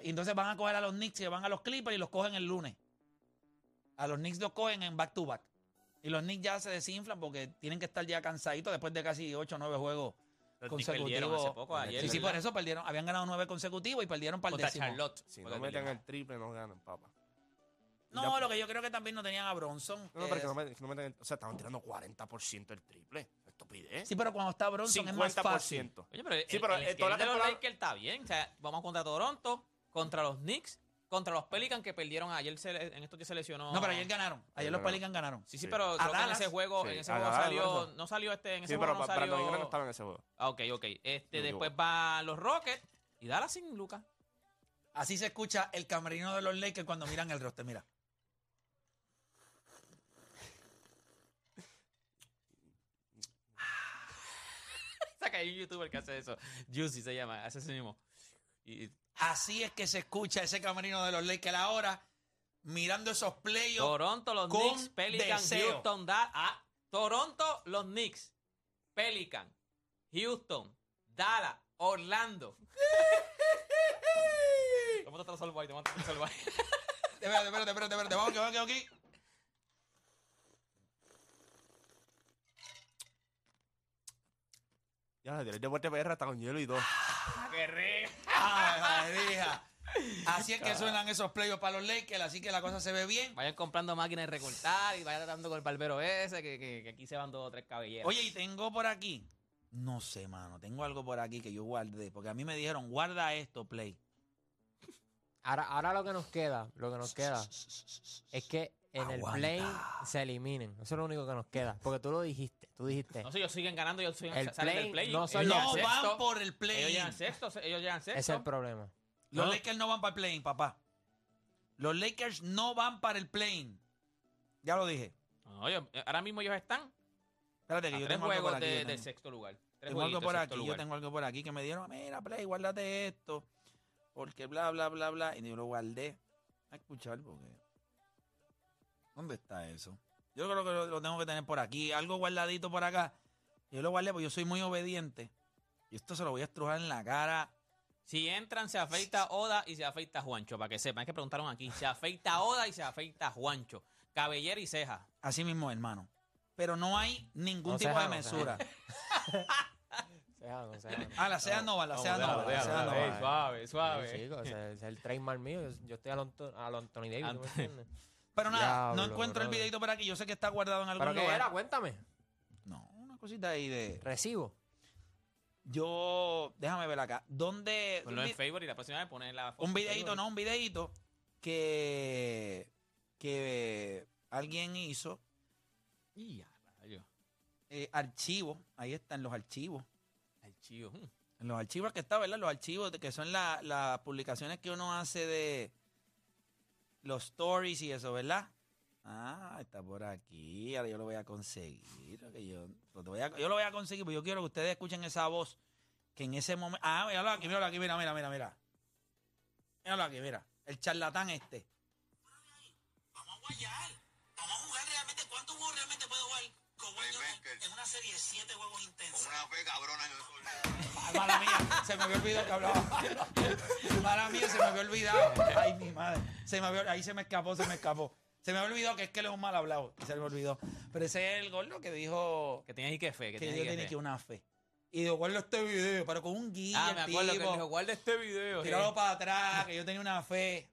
[SPEAKER 1] Y entonces van a coger a los Knicks, que van a los Clippers y los cogen el lunes. A los Knicks los cogen en back to back. Y los Knicks ya se desinflan porque tienen que estar ya cansaditos después de casi 8 o 9 juegos
[SPEAKER 2] Los Knicks perdieron
[SPEAKER 1] consecutivos.
[SPEAKER 2] hace poco, ayer.
[SPEAKER 1] sí, sí,
[SPEAKER 2] ¿verdad?
[SPEAKER 1] por eso perdieron. Habían ganado 9 consecutivos y perdieron para el
[SPEAKER 2] Contra
[SPEAKER 1] décimo.
[SPEAKER 2] Charlotte.
[SPEAKER 3] Si
[SPEAKER 2] Porque
[SPEAKER 3] no meten
[SPEAKER 2] perdieron.
[SPEAKER 3] el triple, no ganan, papá.
[SPEAKER 1] No, lo que yo creo que también no tenían a Bronson.
[SPEAKER 3] No, no, pero
[SPEAKER 1] Eh,
[SPEAKER 3] que no meten, que no meten el- O sea, estaban tirando 40% el triple. Estupidez.
[SPEAKER 1] Sí, pero cuando está Bronson es más fácil.
[SPEAKER 3] 50%.
[SPEAKER 2] Oye, pero el,
[SPEAKER 3] Sí, pero,
[SPEAKER 2] el
[SPEAKER 3] eh, toda
[SPEAKER 2] schedule
[SPEAKER 3] la
[SPEAKER 2] de los
[SPEAKER 3] temporada-
[SPEAKER 2] Lakers está bien. O sea, vamos contra Toronto, contra los Knicks, contra los Pelicans que perdieron ayer. se le- en estos días se lesionó.
[SPEAKER 1] No, pero ayer ganaron. Ayer
[SPEAKER 3] Ayer
[SPEAKER 1] los
[SPEAKER 3] ganaron.
[SPEAKER 1] Pelicans ganaron.
[SPEAKER 2] Sí, sí,
[SPEAKER 3] Sí.
[SPEAKER 2] pero
[SPEAKER 1] A
[SPEAKER 2] creo que en
[SPEAKER 1] Dallas.
[SPEAKER 2] ese juego,
[SPEAKER 3] Sí,
[SPEAKER 2] en ese
[SPEAKER 3] a
[SPEAKER 2] juego
[SPEAKER 3] Dallas,
[SPEAKER 2] salió.
[SPEAKER 3] Brandon.
[SPEAKER 2] No salió este. En ese
[SPEAKER 3] Sí,
[SPEAKER 2] juego
[SPEAKER 3] pero
[SPEAKER 2] no
[SPEAKER 3] pa- Brandon Ingram no
[SPEAKER 2] salió.
[SPEAKER 3] estaba en ese juego.
[SPEAKER 2] Ah, ok, ok. Este,
[SPEAKER 3] No
[SPEAKER 2] después
[SPEAKER 3] llegó.
[SPEAKER 2] va los Rockets y Dallas sin Lucas.
[SPEAKER 1] Así se escucha el camerino de los Lakers cuando miran el roster. Mira.
[SPEAKER 2] Saca ahí un youtuber que hace eso. Juicy se llama, hace eso mismo. Y, y-
[SPEAKER 1] Así es que se escucha ese camerino de los Lakers ahora. mirando esos playoffs.
[SPEAKER 2] Toronto, los
[SPEAKER 1] Con
[SPEAKER 2] Knicks, Pelican,
[SPEAKER 1] deseo.
[SPEAKER 2] Houston, Dallas. Toronto, los Knicks, Pelican, Houston, Dallas, Orlando. Te mato atrás al baile, te mato atrás al baile.
[SPEAKER 1] Espérate, espérate, espérate, espérate. Vamos aquí, vamos aquí, vamos aquí.
[SPEAKER 3] Ya la de Deporte PR está con hielo y dos.
[SPEAKER 1] Ay, María. Así es que suenan esos playoffs para los Lakers, así que la cosa se ve bien.
[SPEAKER 2] Vayan comprando máquinas de recortar y vayan tratando con el barbero ese, que, que- que aquí se van dos o tres cabelleros.
[SPEAKER 1] Oye, y tengo por aquí. No sé, mano. Tengo algo por aquí que yo guardé. Porque a mí me dijeron, guarda esto, Play.
[SPEAKER 4] Ahora, ahora lo que nos queda, lo que nos queda es que en
[SPEAKER 1] Aguanta.
[SPEAKER 4] el play se eliminen. Eso es lo único que nos queda. Porque tú lo dijiste, tú dijiste.
[SPEAKER 2] no sé, ellos siguen ganando, ellos siguen
[SPEAKER 4] El
[SPEAKER 2] salen del
[SPEAKER 4] play,
[SPEAKER 2] play.
[SPEAKER 4] no
[SPEAKER 2] ellos
[SPEAKER 4] son
[SPEAKER 2] llegan
[SPEAKER 1] No
[SPEAKER 2] sexto,
[SPEAKER 1] van por el
[SPEAKER 2] Ellos
[SPEAKER 1] play.
[SPEAKER 2] llegan sexto, se- ellos llegan
[SPEAKER 4] Ese
[SPEAKER 2] sexto.
[SPEAKER 4] es el problema.
[SPEAKER 1] Los
[SPEAKER 2] No.
[SPEAKER 1] Lakers no van para el play, papá. Los Lakers no van para el play. Ya lo dije.
[SPEAKER 2] No, ellos- eh, ahora mismo ellos están
[SPEAKER 1] Espérate,
[SPEAKER 2] a
[SPEAKER 1] que yo
[SPEAKER 2] tres
[SPEAKER 1] tengo algo por
[SPEAKER 2] juegos
[SPEAKER 1] aquí.
[SPEAKER 2] de,
[SPEAKER 1] yo
[SPEAKER 2] de
[SPEAKER 1] tengo.
[SPEAKER 2] sexto lugar. Tres
[SPEAKER 1] Tengo algo
[SPEAKER 2] jueguitos
[SPEAKER 1] por
[SPEAKER 2] de sexto
[SPEAKER 1] aquí, yo
[SPEAKER 2] lugar.
[SPEAKER 1] tengo algo por aquí que me dieron, mira, Play, guárdate esto, porque bla, bla, bla, bla, y yo lo guardé. A escuchar, porque... ¿Dónde está eso? Yo creo que lo, lo tengo que tener por aquí, algo guardadito por acá. Yo lo guardé porque yo soy muy obediente. Y esto se lo voy a estrujar en la cara.
[SPEAKER 2] Si entran, se afeita Oda y se afeita Juancho, para que sepan. Es que preguntaron aquí. Se afeita Oda y se afeita Juancho. Cabellera y ceja.
[SPEAKER 1] Así mismo, hermano. Pero no hay ningún
[SPEAKER 4] No
[SPEAKER 1] tipo de
[SPEAKER 4] sea, no sea.
[SPEAKER 1] mesura.
[SPEAKER 4] Se jodan, se jodan.
[SPEAKER 1] Ah, la sea no va, la sea no va, la
[SPEAKER 4] déjalo,
[SPEAKER 1] sea no
[SPEAKER 4] déjalo,
[SPEAKER 1] va.
[SPEAKER 4] va.
[SPEAKER 2] suave,
[SPEAKER 4] Sí, chico, ese es el trademark mío. Yo, yo estoy a lo, a lo Anthony Davis. ¿tú me
[SPEAKER 2] Ant-
[SPEAKER 4] entiendes?
[SPEAKER 1] Pero nada, no
[SPEAKER 4] Diablo,
[SPEAKER 1] encuentro el
[SPEAKER 4] brother.
[SPEAKER 1] videito por aquí, yo sé que está guardado en
[SPEAKER 4] ¿Pero
[SPEAKER 1] algún
[SPEAKER 4] qué era?
[SPEAKER 1] lugar.
[SPEAKER 4] Cuéntame.
[SPEAKER 1] No, una cosita ahí de...
[SPEAKER 4] Recibo.
[SPEAKER 1] Yo, déjame ver acá. ¿Dónde?
[SPEAKER 2] Ponlo
[SPEAKER 1] un
[SPEAKER 2] en
[SPEAKER 1] vi-
[SPEAKER 2] favor y la próxima vez poner la foto.
[SPEAKER 1] un
[SPEAKER 2] en
[SPEAKER 1] videito,
[SPEAKER 2] Pues Facebook.
[SPEAKER 1] no, un videito que, que alguien hizo.
[SPEAKER 2] Y a rayo,
[SPEAKER 1] eh, archivos, ahí están los archivos.
[SPEAKER 2] ay, chido. Mm.
[SPEAKER 1] En los archivos que está, ¿verdad? Los archivos de- que son la- las publicaciones que uno hace de los stories y eso, ¿verdad? Ah, está por aquí. Ahora yo lo voy a conseguir. lo que Yo lo, te voy a, yo lo voy a conseguir, porque yo quiero que ustedes escuchen esa voz que en ese momento. Ah, míralo aquí, míralo aquí, mira, mira, mira, mira. Míralo aquí, mira. El charlatán este.
[SPEAKER 6] Vamos a guayar. Vamos a jugar realmente. ¿Cuántos juegos realmente puede jugar con En una serie de siete juegos intensos. Una fe cabrona.
[SPEAKER 1] Ay, Mala mía, se me había olvidado que hablaba. Mala mía, se me había olvidado. Ay, mi madre. Se me había- ahí se me escapó, se me escapó. Se me había olvidado que es que él es un mal hablado. Se me olvidó. Pero ese es el gordo que dijo
[SPEAKER 2] Que tenías ahí que fe. Que,
[SPEAKER 1] que,
[SPEAKER 2] tenías
[SPEAKER 1] yo
[SPEAKER 2] ahí que
[SPEAKER 1] tenía
[SPEAKER 2] fe.
[SPEAKER 1] que una fe. Y digo, guarda este video, pero con un guía.
[SPEAKER 2] Ah,
[SPEAKER 1] el
[SPEAKER 2] me acuerdo que
[SPEAKER 1] tipo,
[SPEAKER 2] él dijo, guarda este video.
[SPEAKER 1] Tíralo
[SPEAKER 2] eh.
[SPEAKER 1] para atrás, que yo tenía una fe.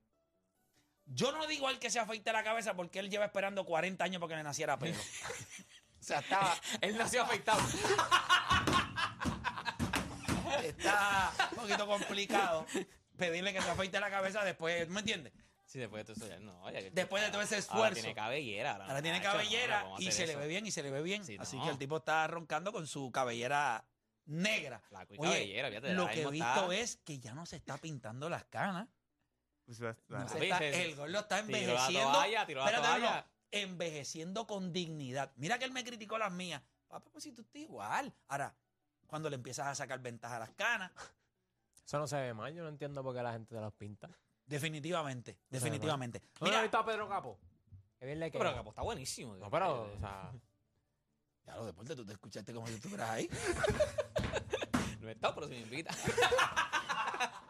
[SPEAKER 1] Yo no digo al que se afeite la cabeza porque él lleva esperando 40 años para que le naciera pelo. o sea, estaba.
[SPEAKER 2] Él nació afeitado.
[SPEAKER 1] está un poquito complicado pedirle que se afeite la cabeza después, ¿tú ¿me entiendes?
[SPEAKER 2] Sí, después de todo eso, ya no. oye, que-
[SPEAKER 1] Después de todo ese
[SPEAKER 2] Ahora
[SPEAKER 1] esfuerzo.
[SPEAKER 2] tiene cabellera. Ahora,
[SPEAKER 1] Ahora tiene
[SPEAKER 2] macho, Ah, no,
[SPEAKER 1] cabellera
[SPEAKER 2] no, ¿cómo
[SPEAKER 1] y
[SPEAKER 2] hacer
[SPEAKER 1] se le
[SPEAKER 2] eso?
[SPEAKER 1] ve bien y se le ve bien.
[SPEAKER 2] Sí,
[SPEAKER 1] Así
[SPEAKER 2] no.
[SPEAKER 1] que el tipo está roncando con su cabellera negra.
[SPEAKER 2] Flaco y
[SPEAKER 1] Oye,
[SPEAKER 2] cabellera, fíjate,
[SPEAKER 1] Lo
[SPEAKER 2] ahora
[SPEAKER 1] que he
[SPEAKER 2] mismo
[SPEAKER 1] visto
[SPEAKER 2] está-
[SPEAKER 1] es que ya no se está pintando las canas. No se
[SPEAKER 2] Oye,
[SPEAKER 1] está-
[SPEAKER 2] se-
[SPEAKER 1] el gordo está
[SPEAKER 2] tiró la
[SPEAKER 1] envejeciendo.
[SPEAKER 2] toalla, tiró la
[SPEAKER 1] Espérate, no,
[SPEAKER 2] toalla.
[SPEAKER 1] envejeciendo con dignidad. Mira que él me criticó las mías. Papá, pues si tú estás igual. Ahora, cuando le empiezas a sacar ventaja a las canas,
[SPEAKER 4] Eso no se ve mal. Yo no entiendo por qué la gente te los pinta.
[SPEAKER 1] definitivamente,
[SPEAKER 4] No se ve mal.
[SPEAKER 1] definitivamente.
[SPEAKER 4] ¿No
[SPEAKER 1] Mira,
[SPEAKER 4] has visto a Pedro Capo? Qué bien le queda.
[SPEAKER 2] Pero Capo está buenísimo. este,
[SPEAKER 4] No, pero, o sea,
[SPEAKER 1] Ya lo deporte, tú te escuchaste como si estuvieras ahí.
[SPEAKER 2] No he estado, pero si me invita.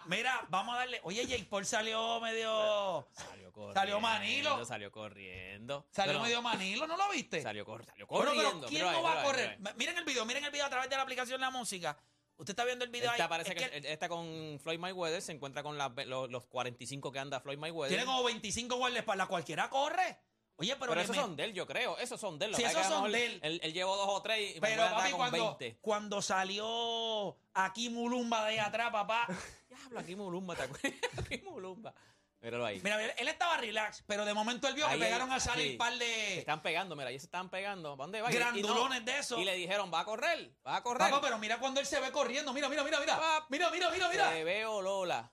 [SPEAKER 1] Mira, vamos a darle. Oye, Jake Paul salió medio.
[SPEAKER 2] Salió corriendo.
[SPEAKER 1] Salió Manilo.
[SPEAKER 2] Salió corriendo.
[SPEAKER 1] Salió
[SPEAKER 2] Pero-
[SPEAKER 1] medio manilo, ¿no lo viste?
[SPEAKER 2] Salió, cor- salió
[SPEAKER 1] Bueno,
[SPEAKER 2] corriendo.
[SPEAKER 1] pero ¿quién
[SPEAKER 2] mira
[SPEAKER 1] no
[SPEAKER 2] ahí,
[SPEAKER 1] va
[SPEAKER 2] mira
[SPEAKER 1] a
[SPEAKER 2] ahí,
[SPEAKER 1] correr?
[SPEAKER 2] mira ahí.
[SPEAKER 1] Ma- Miren el video, miren el video a través de la aplicación La Música. Usted está viendo el video
[SPEAKER 2] Esta
[SPEAKER 1] ahí.
[SPEAKER 2] parece
[SPEAKER 1] Es
[SPEAKER 2] que,
[SPEAKER 1] que
[SPEAKER 2] esta con Floyd Mayweather se encuentra con las ve- los, los 45 que anda Floyd Mayweather.
[SPEAKER 1] tiene como 25 guardaespaldas. Cualquiera corre. Oye, pero,
[SPEAKER 2] pero
[SPEAKER 1] le
[SPEAKER 2] esos
[SPEAKER 1] me-
[SPEAKER 2] son de él, yo creo. Esos son de él. Lo
[SPEAKER 1] Sí,
[SPEAKER 2] que pasa es
[SPEAKER 1] esos
[SPEAKER 2] que a lo
[SPEAKER 1] son
[SPEAKER 2] mejor
[SPEAKER 1] de él.
[SPEAKER 2] Él, él llevó dos o tres y
[SPEAKER 1] Pero,
[SPEAKER 2] Mayweather
[SPEAKER 1] papi,
[SPEAKER 2] andaba con
[SPEAKER 1] cuando,
[SPEAKER 2] 20.
[SPEAKER 1] cuando salió aquí Mulumba de ahí atrás, papá.
[SPEAKER 2] Diablo, aquí Mulumba, ¿te acuerdas? Aquí Mulumba. Míralo ahí.
[SPEAKER 1] Mira, mira, él estaba relax, pero de momento él vio
[SPEAKER 2] Ahí
[SPEAKER 1] que pegaron
[SPEAKER 2] hay-
[SPEAKER 1] a salir
[SPEAKER 2] sí.
[SPEAKER 1] un par
[SPEAKER 2] Se
[SPEAKER 1] de
[SPEAKER 2] están pegando, mira, ellos se están pegando. ¿Para dónde va? Y- y no-
[SPEAKER 1] grandulones de esos.
[SPEAKER 2] Y le dijeron, va a correr, va a correr.
[SPEAKER 1] Papá, pero mira cuando él se ve corriendo. Mira, mira, mira, mira.
[SPEAKER 2] Pap.
[SPEAKER 1] Mira, mira, mira, mira. Oh.
[SPEAKER 2] Te veo, Lola.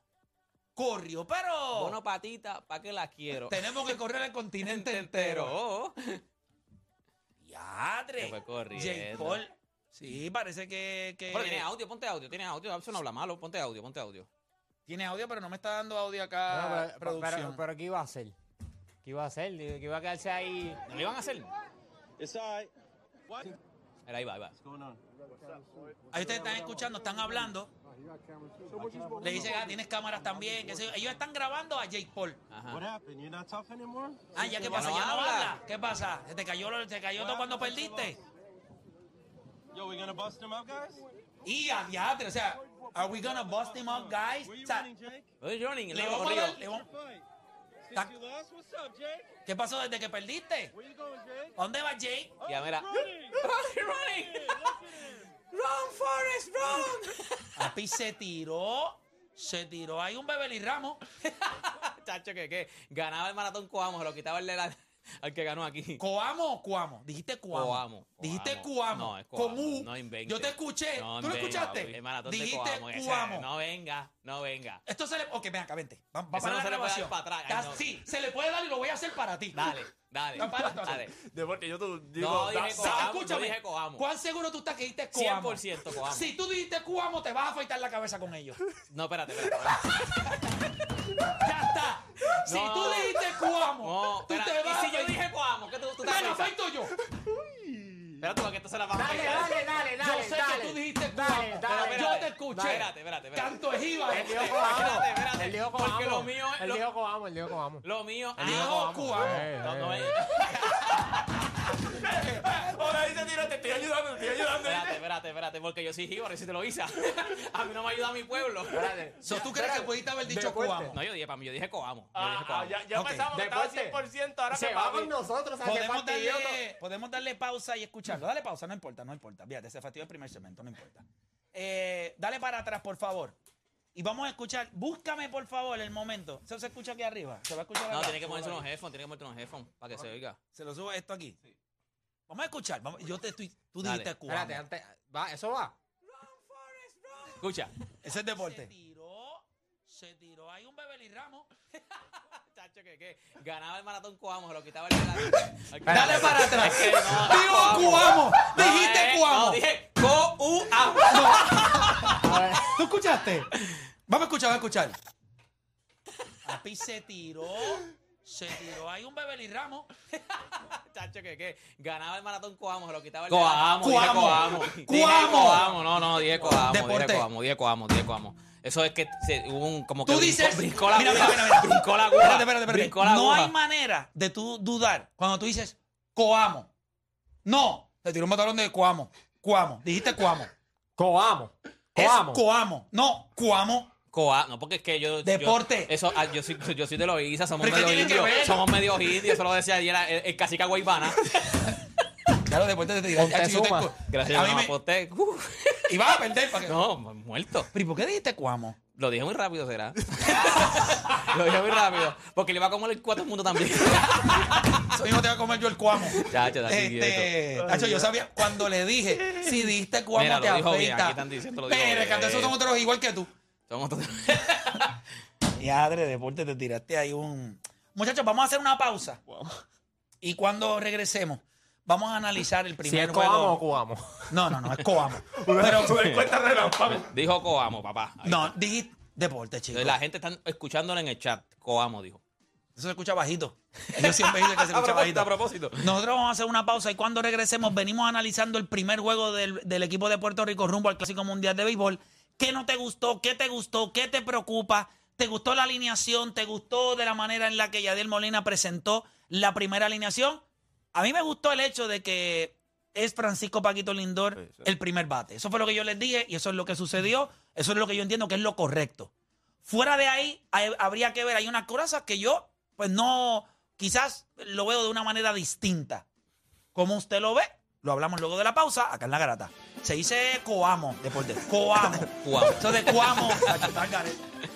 [SPEAKER 1] Corrió, pero.
[SPEAKER 2] Eh, Bueno, patita, ¿para qué la quiero?
[SPEAKER 1] Tenemos que correr el continente entero.
[SPEAKER 2] Pero, oh,
[SPEAKER 1] ¡Diadre!
[SPEAKER 2] Se fue corriendo.
[SPEAKER 1] Jake Paul. Sí, parece que. que-
[SPEAKER 2] Pero tiene audio, ponte audio, tiene audio. Absol no habla malo, ponte audio, ponte audio.
[SPEAKER 1] Tiene audio, pero no me está dando audio
[SPEAKER 4] no,
[SPEAKER 1] acá.
[SPEAKER 4] pero, pero,
[SPEAKER 1] producción.
[SPEAKER 4] pero ¿qué iba a hacer? ¿Qué iba a hacer? Digo, Que iba a quedarse ahí.
[SPEAKER 2] ¿No lo iban a hacer?
[SPEAKER 7] It's all right.
[SPEAKER 2] Era, ahí va, ahí va.
[SPEAKER 1] Ahí ustedes están escuchando, están hablando. Le dicen, ah, tienes cámaras también. qué sé yo. Ellos están grabando a Jake Paul.
[SPEAKER 2] Ajá.
[SPEAKER 7] What happened? You're not tough anymore?
[SPEAKER 1] Ah, ya, ¿qué
[SPEAKER 2] Ya
[SPEAKER 1] pasa?
[SPEAKER 2] no
[SPEAKER 1] Ya no
[SPEAKER 2] habla.
[SPEAKER 1] habla. ¿Qué pasa? ¿Se te cayó, lo- se cayó todo cuando perdiste?
[SPEAKER 7] Yo, we gonna bust him up, guys?
[SPEAKER 1] Y a diatre, o sea, are we gonna bust him up, guys?
[SPEAKER 7] Where you
[SPEAKER 1] O sea,
[SPEAKER 7] running, Jake?
[SPEAKER 2] Oye, Johnny,
[SPEAKER 1] le
[SPEAKER 2] luego
[SPEAKER 1] vamos a
[SPEAKER 2] corrido.
[SPEAKER 1] dar- le vamos-
[SPEAKER 7] Fight. Since
[SPEAKER 1] Tac.
[SPEAKER 7] you lost, what's up, Jake?
[SPEAKER 1] ¿Qué pasó desde que perdiste?
[SPEAKER 7] Where you going, Jake?
[SPEAKER 1] ¿A dónde va Jake?
[SPEAKER 2] Ya, mira.
[SPEAKER 7] Running.
[SPEAKER 2] Running, running. Run, Forrest, run.
[SPEAKER 1] Papi se tiró, se tiró. Hay un Bebeli Ramos.
[SPEAKER 2] Chacho, que, que ganaba el maratón Coamo, se lo quitaba el de la- al que ganó aquí.
[SPEAKER 1] ¿Coamo o Cuamo? Dijiste Cuamo.
[SPEAKER 2] Coamo,
[SPEAKER 1] Dijiste
[SPEAKER 2] Coamo.
[SPEAKER 1] Cuamo.
[SPEAKER 2] No, es Coamo,
[SPEAKER 1] Con U.
[SPEAKER 2] no inventes.
[SPEAKER 1] Yo te escuché.
[SPEAKER 2] No,
[SPEAKER 1] ¿Tú lo
[SPEAKER 2] venga,
[SPEAKER 1] escuchaste?
[SPEAKER 2] papi, El maratón
[SPEAKER 1] Dijiste
[SPEAKER 2] de Coamo. ese-
[SPEAKER 1] Cuamo.
[SPEAKER 2] no venga, no venga.
[SPEAKER 1] Esto se le. Ok, ven acá, vente. Va, va para la
[SPEAKER 2] Eso no se le puede dar
[SPEAKER 1] grabación.
[SPEAKER 2] para atrás. Ay,
[SPEAKER 1] Ya,
[SPEAKER 2] no.
[SPEAKER 1] Sí, se le puede dar y lo voy a hacer para ti.
[SPEAKER 2] Dale, dale.
[SPEAKER 1] No, para, no.
[SPEAKER 2] dale.
[SPEAKER 3] Deporte, yo te digo.
[SPEAKER 2] No, dije
[SPEAKER 3] that's-
[SPEAKER 1] O sea,
[SPEAKER 2] Coamo,
[SPEAKER 1] escúchame.
[SPEAKER 2] yo dije Coamo.
[SPEAKER 1] ¿Cuán seguro tú estás que dijiste Coamo?
[SPEAKER 2] 100% Coamo.
[SPEAKER 1] Si tú dijiste Coamo, te vas a afeitar la cabeza con ellos.
[SPEAKER 2] No, espérate, espérate.
[SPEAKER 1] Ya está. Si
[SPEAKER 2] No.
[SPEAKER 1] tú dijiste Coamo,
[SPEAKER 2] No,
[SPEAKER 1] tú
[SPEAKER 2] espérate.
[SPEAKER 1] te vas
[SPEAKER 2] Y si
[SPEAKER 1] a
[SPEAKER 2] yo
[SPEAKER 1] afeitar.
[SPEAKER 2] dije Coamo, ¿qué tú, tú te
[SPEAKER 1] Te lo
[SPEAKER 2] afeitas?
[SPEAKER 1] afeito yo.
[SPEAKER 2] Espérate, porque esto se la vamos a
[SPEAKER 4] Dale,
[SPEAKER 2] afeitar.
[SPEAKER 4] dale, dale, dale.
[SPEAKER 1] yo sé
[SPEAKER 4] dale,
[SPEAKER 1] que tú dijiste
[SPEAKER 4] Dale,
[SPEAKER 1] Coamo.
[SPEAKER 4] dale.
[SPEAKER 1] yo te escuché.
[SPEAKER 2] Espérate, espérate, espérate.
[SPEAKER 1] Canto ejiba.
[SPEAKER 4] El dijo
[SPEAKER 2] Espérate,
[SPEAKER 4] Coamo.
[SPEAKER 2] espérate,
[SPEAKER 4] El dijo Coamo.
[SPEAKER 2] porque lo mío es-
[SPEAKER 4] El
[SPEAKER 2] lo-
[SPEAKER 4] dijo Coamo, el dijo Coamo.
[SPEAKER 2] Lo mío.
[SPEAKER 4] El dijo
[SPEAKER 2] Ah,
[SPEAKER 1] Coamo.
[SPEAKER 4] Eh,
[SPEAKER 2] No, no
[SPEAKER 4] eh,
[SPEAKER 2] es.
[SPEAKER 4] eh.
[SPEAKER 3] Ahora dice, tira, te estoy ayudando, te estoy ayudando.
[SPEAKER 2] Espérate, espérate, espérate, porque yo soy jíbaro y si te lo hice. A mí no me ayuda mi pueblo.
[SPEAKER 4] Espérate.
[SPEAKER 1] So, ¿Tú crees que pudiste haber dicho
[SPEAKER 4] Deporte.
[SPEAKER 1] Coamo?
[SPEAKER 2] No, yo dije, para mí, yo dije Coamo. Yo
[SPEAKER 3] Ah,
[SPEAKER 2] dije
[SPEAKER 3] ah,
[SPEAKER 2] Coamo.
[SPEAKER 3] ya ya
[SPEAKER 1] Ok,
[SPEAKER 3] pensamos que estaba
[SPEAKER 4] deporte.
[SPEAKER 3] 100%, ahora
[SPEAKER 4] Se
[SPEAKER 3] que
[SPEAKER 4] va
[SPEAKER 3] papi-
[SPEAKER 4] con nosotros a
[SPEAKER 1] Podemos
[SPEAKER 4] repartir
[SPEAKER 1] darle, podemos darle pausa y escucharlo. Dale pausa, no importa, no importa. Fíjate, se fastidió el primer segmento, no importa. Eh, dale para atrás, por favor. Y vamos a escuchar. Búscame, por favor, el momento. Eso se escucha aquí arriba. Se va a escuchar
[SPEAKER 2] No,
[SPEAKER 1] acá.
[SPEAKER 2] tiene que ponerse unos headphones, tiene que ponerse unos headphones para que se oiga.
[SPEAKER 1] Se lo subo esto aquí. Vamos a escuchar. vamos- yo te estoy. Tú
[SPEAKER 2] Dale.
[SPEAKER 1] dijiste Cuamo.
[SPEAKER 4] Espérate, antes. Va, eso va.
[SPEAKER 2] Escucha.
[SPEAKER 1] Ese es deporte. Se tiró. Se tiró. Hay un Bebeli Ramos.
[SPEAKER 2] Chacho, que, que ganaba el maratón Coamo, se lo quitaba el de la-
[SPEAKER 1] Dale para atrás.
[SPEAKER 2] Es que no,
[SPEAKER 1] Digo Cuamo.
[SPEAKER 2] No,
[SPEAKER 1] Dijiste
[SPEAKER 2] eh,
[SPEAKER 1] Cuamo.
[SPEAKER 2] No, dije Co-U-A.
[SPEAKER 1] ¿Tú escuchaste? Vamos a escuchar, vamos a escuchar. Papi se tiró. Se tiró. Hay un Bebeli Ramos.
[SPEAKER 2] Chacho, que, que ganaba el maratón Coamo, se lo quitaba el
[SPEAKER 1] Coamo,
[SPEAKER 2] de la-
[SPEAKER 1] Coamo.
[SPEAKER 2] Coamo. Dije
[SPEAKER 1] Coamo.
[SPEAKER 2] Coamo, no, no, dije Coamo,
[SPEAKER 1] Deporte.
[SPEAKER 2] dije Coamo, dije Coamo, dije Coamo. Eso es que se- hubo un como que
[SPEAKER 1] Tú
[SPEAKER 2] brincó,
[SPEAKER 1] dices-
[SPEAKER 2] brincó la
[SPEAKER 1] Mira,
[SPEAKER 2] aguja,
[SPEAKER 1] mira, mira, mira.
[SPEAKER 2] brincó la aguja,
[SPEAKER 1] Espérate, espérate, espérate.
[SPEAKER 2] brincó la
[SPEAKER 1] No
[SPEAKER 2] aguja.
[SPEAKER 1] hay manera de tú dudar cuando tú dices Coamo. No. Te tiró un matarón de Coamo. Coamo. Dijiste Coamo.
[SPEAKER 4] Coamo.
[SPEAKER 1] Es
[SPEAKER 4] Coamo.
[SPEAKER 1] Coamo. No, Coamo.
[SPEAKER 2] Coa, no, porque es que yo.
[SPEAKER 1] Deporte.
[SPEAKER 2] yo- eso, ah, yo, soy, yo soy de los indios, somos
[SPEAKER 1] ¿Pero qué
[SPEAKER 2] medio
[SPEAKER 1] tiene que
[SPEAKER 2] indios.
[SPEAKER 1] ver?
[SPEAKER 2] Somos medio indios, eso lo decía ayer el, el cacique Guaybana.
[SPEAKER 1] Ya los deportes te tiran.
[SPEAKER 4] Ponte
[SPEAKER 1] Ah, si yo te-
[SPEAKER 4] suma.
[SPEAKER 2] Gracias,
[SPEAKER 1] A
[SPEAKER 2] a
[SPEAKER 1] mí
[SPEAKER 2] no
[SPEAKER 1] me-
[SPEAKER 2] aposté. Uf.
[SPEAKER 1] Y vas a perder. Para que...
[SPEAKER 2] Uh, no, mu- muerto.
[SPEAKER 1] ¿Pero ¿y por qué dijiste Coamo?
[SPEAKER 2] Lo dije muy rápido, será. lo dije muy rápido. Porque le va a comer el cuatro mundo también.
[SPEAKER 1] Eso mismo te va a comer yo el Coamo.
[SPEAKER 2] Ah. Chacho, está aquí
[SPEAKER 1] Este, Nacho, yo sabía cuando le dije, si diste cuamo
[SPEAKER 2] Mira, lo
[SPEAKER 1] te
[SPEAKER 2] dijo bien,
[SPEAKER 1] afecta.
[SPEAKER 2] aquí están diciendo, lo dijo
[SPEAKER 1] Pero que
[SPEAKER 2] bien.
[SPEAKER 1] esos son otros igual que tú.
[SPEAKER 2] Somos todos.
[SPEAKER 1] Y adre, deporte, te tiraste ahí un. Muchachos, vamos a hacer una pausa. Y cuando regresemos, vamos a analizar el
[SPEAKER 4] Si
[SPEAKER 1] primer
[SPEAKER 4] es Coamo o
[SPEAKER 1] juego.
[SPEAKER 4] Coamo.
[SPEAKER 1] No, no, no, es Coamo.
[SPEAKER 3] Pero
[SPEAKER 1] Pero,
[SPEAKER 3] tú me cuentas de los papis.
[SPEAKER 2] dijo Coamo, papá. Ahí
[SPEAKER 1] no,
[SPEAKER 2] está.
[SPEAKER 1] dijiste deporte, chicos.
[SPEAKER 2] Entonces, la gente está escuchándole en el chat. Coamo dijo.
[SPEAKER 1] Eso se escucha bajito. Yo siempre dije que se escucha bajito.
[SPEAKER 2] Ah, pues, a propósito.
[SPEAKER 1] Nosotros vamos a hacer una pausa y cuando regresemos venimos analizando el primer juego del, del equipo de Puerto Rico rumbo al Clásico Mundial de Béisbol. ¿Qué no te gustó? ¿Qué te gustó? ¿Qué te preocupa? ¿Te gustó la alineación? ¿Te gustó de la manera en la que Yadiel Molina presentó la primera alineación? A mí me gustó el hecho de que es Francisco Paquito Lindor
[SPEAKER 3] Sí, sí.
[SPEAKER 1] el primer bate. Eso fue lo que yo les dije y eso es lo que sucedió. Eso es lo que yo entiendo que es lo correcto. Fuera de ahí, hay- habría que ver. Hay unas cosas que yo, pues no, quizás lo veo de una manera distinta. Como usted lo ve, lo hablamos luego de la pausa, acá en la garata. Se dice Coamo, deporte. Coamo.
[SPEAKER 2] Coamo.
[SPEAKER 1] Eso de Coamo. Tacho, está al garete.